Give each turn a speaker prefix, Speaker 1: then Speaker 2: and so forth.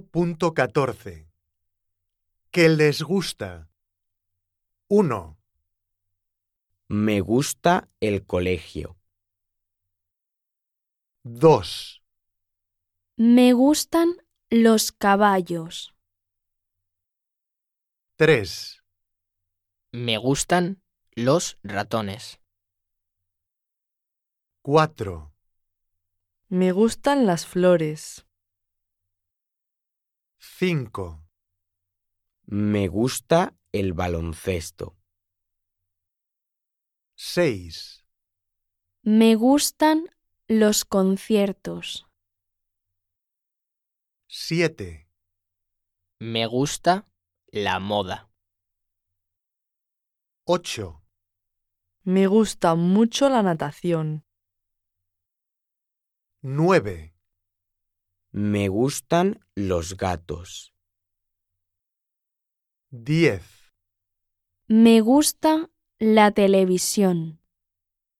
Speaker 1: 5.14 Que les gusta 1,
Speaker 2: Me gusta el colegio.
Speaker 1: 2,
Speaker 3: Me gustan los caballos.
Speaker 1: 3,
Speaker 4: Me gustan los ratones.
Speaker 1: 4,
Speaker 5: Me gustan las flores.
Speaker 1: 5,
Speaker 2: Me gusta el baloncesto.
Speaker 1: 6,
Speaker 3: Me gustan los conciertos.
Speaker 1: 7,
Speaker 4: Me gusta la moda.
Speaker 1: 8,
Speaker 5: Me gusta mucho la natación.
Speaker 1: 9,
Speaker 2: Me gustan los gatos.
Speaker 1: 10.
Speaker 3: Me gusta la televisión.